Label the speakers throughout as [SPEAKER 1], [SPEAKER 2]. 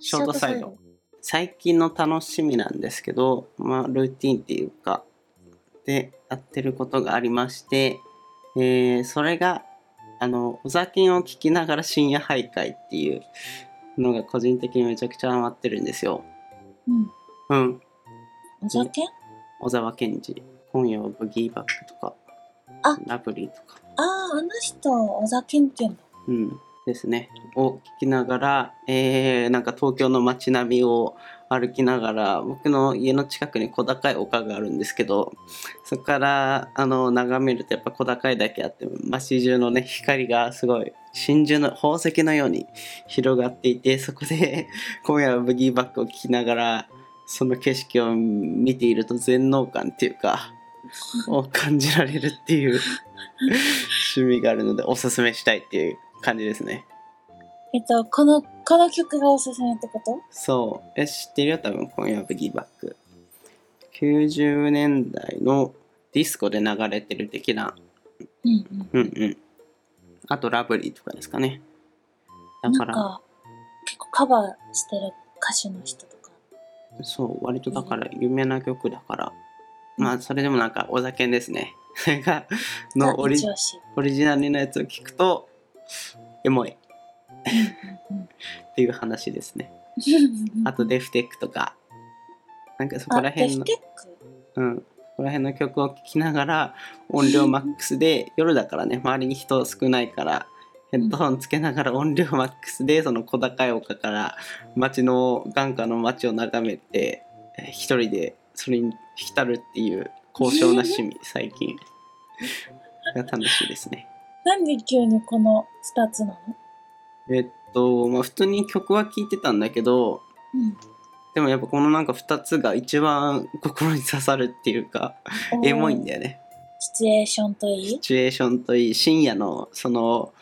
[SPEAKER 1] ショートサイド。最近の楽しみなんですけど、まあ、ルーティンっていうか、で、やってることがありまして、えーそれが、あの、お酒を聞きながら深夜徘徊っていうのが個人的にめちゃくちゃハマってるんですよ。
[SPEAKER 2] うん。
[SPEAKER 1] うん。
[SPEAKER 2] お酒
[SPEAKER 1] 小沢健二、本屋ブギーバックとか
[SPEAKER 2] あ、
[SPEAKER 1] ラブリーとか、
[SPEAKER 2] ああ、あの人、小沢健っていうんだ。
[SPEAKER 1] うん、ですね。を聞きながら、えーなんか東京の街並みを歩きながら、僕の家の近くに小高い丘があるんですけど、そこから、あの、眺めるとやっぱ小高いだけあって、街中のね、光がすごい、真珠の宝石のように広がっていて、そこで 今夜はブギーバックを聞きながら、その景色を見ていると全能感っていうか、を感じられるっていう趣味があるのでおすすめしたいっていう感じですね
[SPEAKER 2] えっと、この、この曲がおすすめってこと
[SPEAKER 1] そうえ知ってるよ多分今夜はブギーバック90年代のディスコで流れてる的な
[SPEAKER 2] うん
[SPEAKER 1] う
[SPEAKER 2] うん。
[SPEAKER 1] んうんあとラブリーとかですかねだか
[SPEAKER 2] なん
[SPEAKER 1] ら
[SPEAKER 2] か、結構カバーしてる歌手の人とか。
[SPEAKER 1] そう割とだから有名な曲だから、
[SPEAKER 2] うん
[SPEAKER 1] まあそれでもなんかお酒ですね それが
[SPEAKER 2] が
[SPEAKER 1] のオリ
[SPEAKER 2] 一押し。
[SPEAKER 1] オリジナルのやつを聞くとエモいっていう話ですね あとデフテックとか、なんかそこ
[SPEAKER 2] あ、
[SPEAKER 1] ら
[SPEAKER 2] デ
[SPEAKER 1] 辺
[SPEAKER 2] フ
[SPEAKER 1] の、
[SPEAKER 2] テック
[SPEAKER 1] うん、そこら辺の曲を聴きながら、音量マックスで、夜だからね、周りに人少ないから、ヘッドホンつけながら音量マックスで、その小高い丘から、街の、眼下の街を眺めて、えー一人でそれに浸るっていう、高尚な趣味、最近。が楽しいですね。
[SPEAKER 2] なんで急にこの二つなの
[SPEAKER 1] えっと、まあ、普通に曲は聴いてたんだけど、
[SPEAKER 2] うん。
[SPEAKER 1] でもやっぱこのなんか2つが一番心に刺さるっていうかエモいん
[SPEAKER 2] で。
[SPEAKER 1] だよね
[SPEAKER 2] シチュエーションとい
[SPEAKER 1] シ
[SPEAKER 2] い
[SPEAKER 1] チュエーションといい深夜のその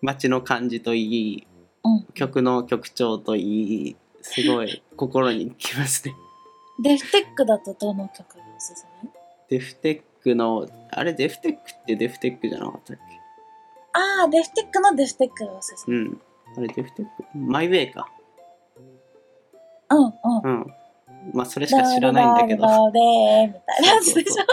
[SPEAKER 1] 街の感じといい
[SPEAKER 2] うん。
[SPEAKER 1] 曲の曲調といいすごい心にきますね
[SPEAKER 2] デフテックだとどの曲がおすすめ
[SPEAKER 1] デフテックのあれデフテックってデフテックじゃなかったっけ
[SPEAKER 2] ああ、デフテックのデフテックがおすすめ。
[SPEAKER 1] うんあれデフテックマイウェイか
[SPEAKER 2] うんうん。
[SPEAKER 1] うんまあそれしか知らないんだけど
[SPEAKER 2] ララララレーみたいなやつ
[SPEAKER 1] そうそ
[SPEAKER 2] で
[SPEAKER 1] う
[SPEAKER 2] し
[SPEAKER 1] そう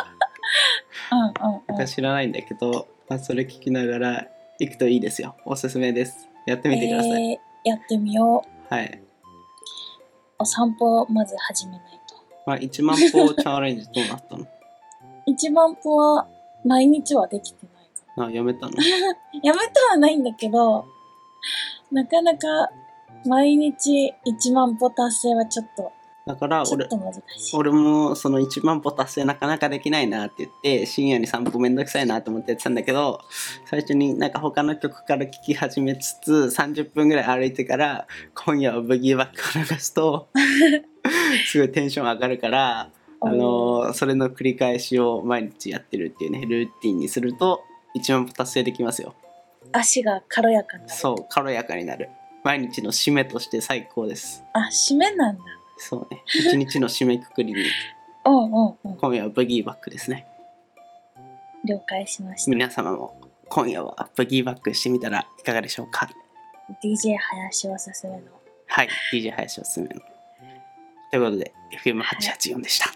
[SPEAKER 2] ょ。うんうんうん。
[SPEAKER 1] 僕は知らないんだけど、まあ、それ聞きながら行くといいですよおすすめですやってみてください、
[SPEAKER 2] えーやってみよう。
[SPEAKER 1] はい
[SPEAKER 2] お散歩をまず始めないと。
[SPEAKER 1] まあ、1万歩チャレンジどうなったの
[SPEAKER 2] 1万歩は毎日はできてないか
[SPEAKER 1] あやめたの
[SPEAKER 2] ら。やめてはないんだけど、なかなか毎日1万歩達成はちょっと、
[SPEAKER 1] だから
[SPEAKER 2] ちょ
[SPEAKER 1] 俺
[SPEAKER 2] っと難しい。
[SPEAKER 1] 俺もその1万歩達成なかなかできないなって言って深夜に散歩めんどくさいなと思ってやってたんだけど最初になんか他の曲から聴き始めつつ30分ぐらい歩いてから今夜はブギーバックを流すとすごいテンション上がるからあのーそれの繰り返しを毎日やってるっていうねルーティンにすると1万歩達成できますよ
[SPEAKER 2] 足が軽やかになる。
[SPEAKER 1] そう軽やかになる毎日の締めとして最高です
[SPEAKER 2] あ、締めなんだ。
[SPEAKER 1] そうね一日の締めくくりに
[SPEAKER 2] うんうんうん。
[SPEAKER 1] 今夜はブギーバックですね
[SPEAKER 2] 了解しました。
[SPEAKER 1] 皆様も今夜はブギーバックしてみたらいかがでしょうか
[SPEAKER 2] DJ 林おすすめの
[SPEAKER 1] はい DJ 林おすすめのということで FM884 でした、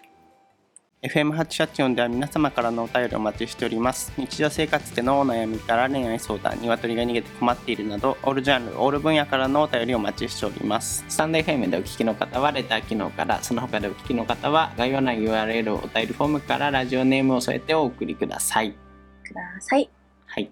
[SPEAKER 1] FM884 では皆様からのお便りをお待ちしております日常生活でのお悩みから恋愛相談鶏が逃げて困っているなどオールジャンルオール分野からのお便りをお待ちしておりますスタンド FM でお聞きの方はレター機能からその他でお聞きの方は概要欄 URL をお便りフォームからラジオネームを添えてお送りください
[SPEAKER 2] ください。
[SPEAKER 1] はい